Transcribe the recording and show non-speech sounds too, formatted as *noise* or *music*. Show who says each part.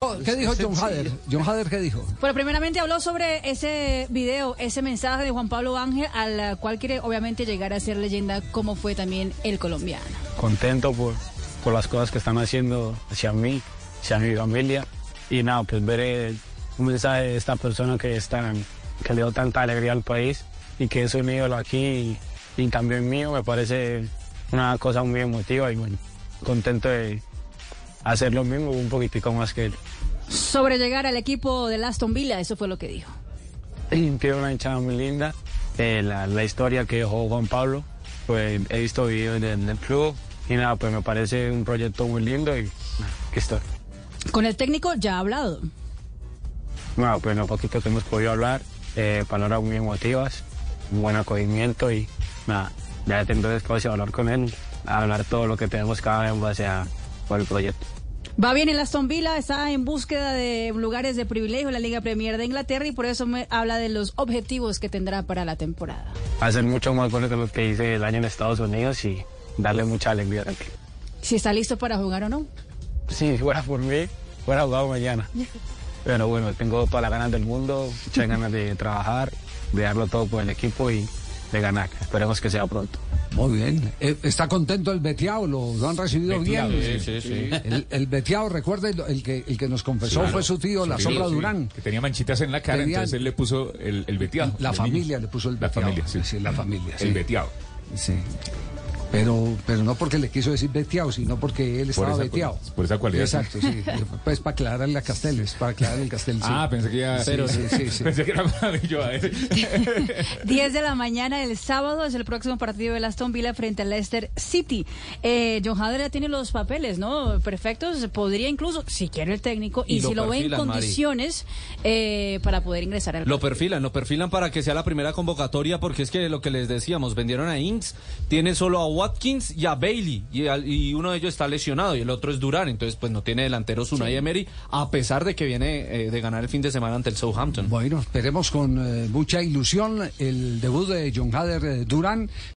Speaker 1: Oh, ¿Qué dijo John Hader? John Hader, ¿qué dijo?
Speaker 2: Pero primeramente habló sobre ese video, ese mensaje de Juan Pablo Ángel, al cual quiere obviamente llegar a ser leyenda, como fue también el colombiano.
Speaker 3: Contento por, por las cosas que están haciendo hacia mí, hacia mi familia. Y nada, pues veré un mensaje de esta persona que, es tan, que le dio tanta alegría al país y que es un ídolo aquí y, y también mío, me parece una cosa muy emotiva y bueno, contento de hacer lo mismo, un poquitico más que él. *clears throat*
Speaker 2: Sobre llegar al equipo del Aston Villa, eso fue lo que dijo.
Speaker 3: Tiene una hinchada muy linda, eh, la, la, historia que dejó Juan Pablo, pues he visto videos en el, en el club y nada, pues me parece un proyecto muy lindo y aquí estoy.
Speaker 2: ¿Con el técnico ya ha hablado?
Speaker 3: Bueno, pues lo poquito que hemos podido hablar, eh, palabras muy emotivas, un buen acogimiento y nada, ya tendré espacio a hablar con él, a hablar todo lo que tenemos cada vez en base a, por el proyecto.
Speaker 2: Va bien el Aston Villa, está en búsqueda de lugares de privilegio en la Liga Premier de Inglaterra y por eso me habla de los objetivos que tendrá para la temporada.
Speaker 3: Hacer mucho más goles de los que hice el año en Estados Unidos y darle mucha alegría al equipo.
Speaker 2: ¿Si está listo para jugar o no?
Speaker 3: Sí, fuera por mí, fuera jugado mañana. *laughs* Pero bueno, tengo todas las ganas del mundo, muchas ganas de trabajar, de darlo todo por el equipo y de ganar. Esperemos que sea pronto.
Speaker 1: Muy bien. Eh, ¿Está contento el Beteado? ¿Lo, lo han recibido
Speaker 4: Beteado,
Speaker 1: bien?
Speaker 4: Sí, sí, sí.
Speaker 1: El, el Beteado, recuerde, el, el, que, el que nos confesó claro, fue su tío, La Sombra Durán.
Speaker 4: Que tenía manchitas en la cara, Tenían, entonces él le puso el, el Beteado.
Speaker 1: La familia niños. le puso el Beteado.
Speaker 4: La familia, sí.
Speaker 1: la familia.
Speaker 4: El Beteado.
Speaker 1: Sí. Pero, pero no porque le quiso decir veteado, sino porque él estaba
Speaker 4: por
Speaker 1: Ah, veteado.
Speaker 4: Por esa cualidad.
Speaker 1: Exacto,
Speaker 4: *laughs*
Speaker 1: sí. Pues para aclararle a Casteles, para aclarar el Castel. Sí.
Speaker 4: Ah, pensé que ya.
Speaker 1: Pero, sí, sí, sí,
Speaker 4: *laughs* Pensé que era maravilloso.
Speaker 2: 10 de la mañana del sábado es el próximo partido del Aston Villa frente al Leicester City. Eh, John Hader ya tiene los papeles, ¿no? Perfectos. Podría incluso, si quiere el técnico, y, y lo si lo ve en condiciones eh, para poder ingresar al.
Speaker 5: Lo perfilan, lo perfilan para que sea la primera convocatoria, porque es que lo que les decíamos, vendieron a Inks, tiene solo a Watkins y a Bailey. Y, a, y, uno de ellos está lesionado y el otro es Durán. Entonces, pues no tiene delanteros Unai sí. Emery, a pesar de que viene eh, de ganar el fin de semana ante el Southampton.
Speaker 1: Bueno, esperemos con eh, mucha ilusión el debut de John Hader eh, Durán.